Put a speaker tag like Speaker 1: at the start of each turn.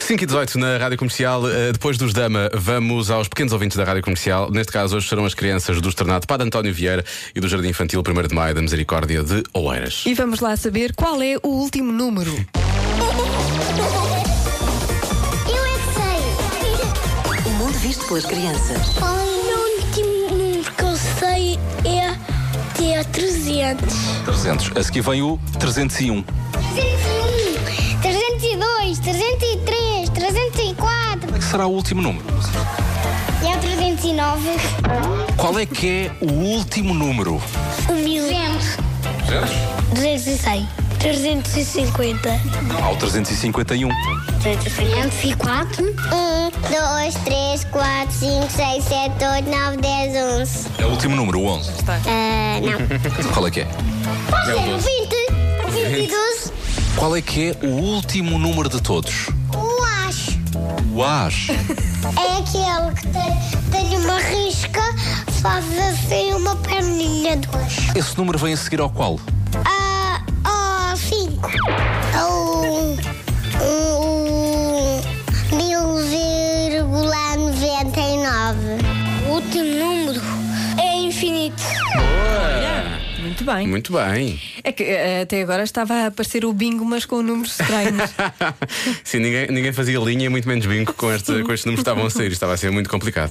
Speaker 1: 5 e 18 na Rádio Comercial. Eh, Depois dos Dama, vamos aos pequenos ouvintes da Rádio Comercial. Neste caso, hoje serão as crianças do Externato Padre António Vieira e do Jardim Infantil 1 de Maio da Misericórdia de Oeiras.
Speaker 2: E vamos lá saber qual é o último número.
Speaker 3: Eu é que sei.
Speaker 4: O mundo visto pelas crianças.
Speaker 3: Olha, o último número que eu sei é T300.
Speaker 5: 300. A seguir vem o 301.
Speaker 3: 301, 302, 303, 304.
Speaker 5: Qual é que será o último número?
Speaker 3: E é o 309.
Speaker 5: Qual é que é o último número?
Speaker 3: 200. 206. 350.
Speaker 5: Há o 351.
Speaker 3: 304. 1, 2, 3, 4, 5, 6, 7, 8, 9, 10, 11.
Speaker 5: É o último número, o 11.
Speaker 3: Ah, não.
Speaker 5: Qual é que é?
Speaker 3: Pode ser o 20. 22.
Speaker 5: Qual é que é o último número de todos?
Speaker 3: O acho.
Speaker 5: O AS.
Speaker 3: É aquele que tem, tem uma risca, faz assim uma perninha duas.
Speaker 5: Esse número vem a seguir ao qual?
Speaker 3: Ah, ó, cinco. Ou um, mil vírgula noventa e nove. O último número é infinito.
Speaker 2: Muito bem.
Speaker 1: Muito bem.
Speaker 2: É que eh, até agora estava a aparecer o bingo, mas com números estranhos.
Speaker 1: Sim, ninguém, ninguém fazia linha, muito menos bingo com este, com este número que estavam a sair. Estava a ser muito complicado.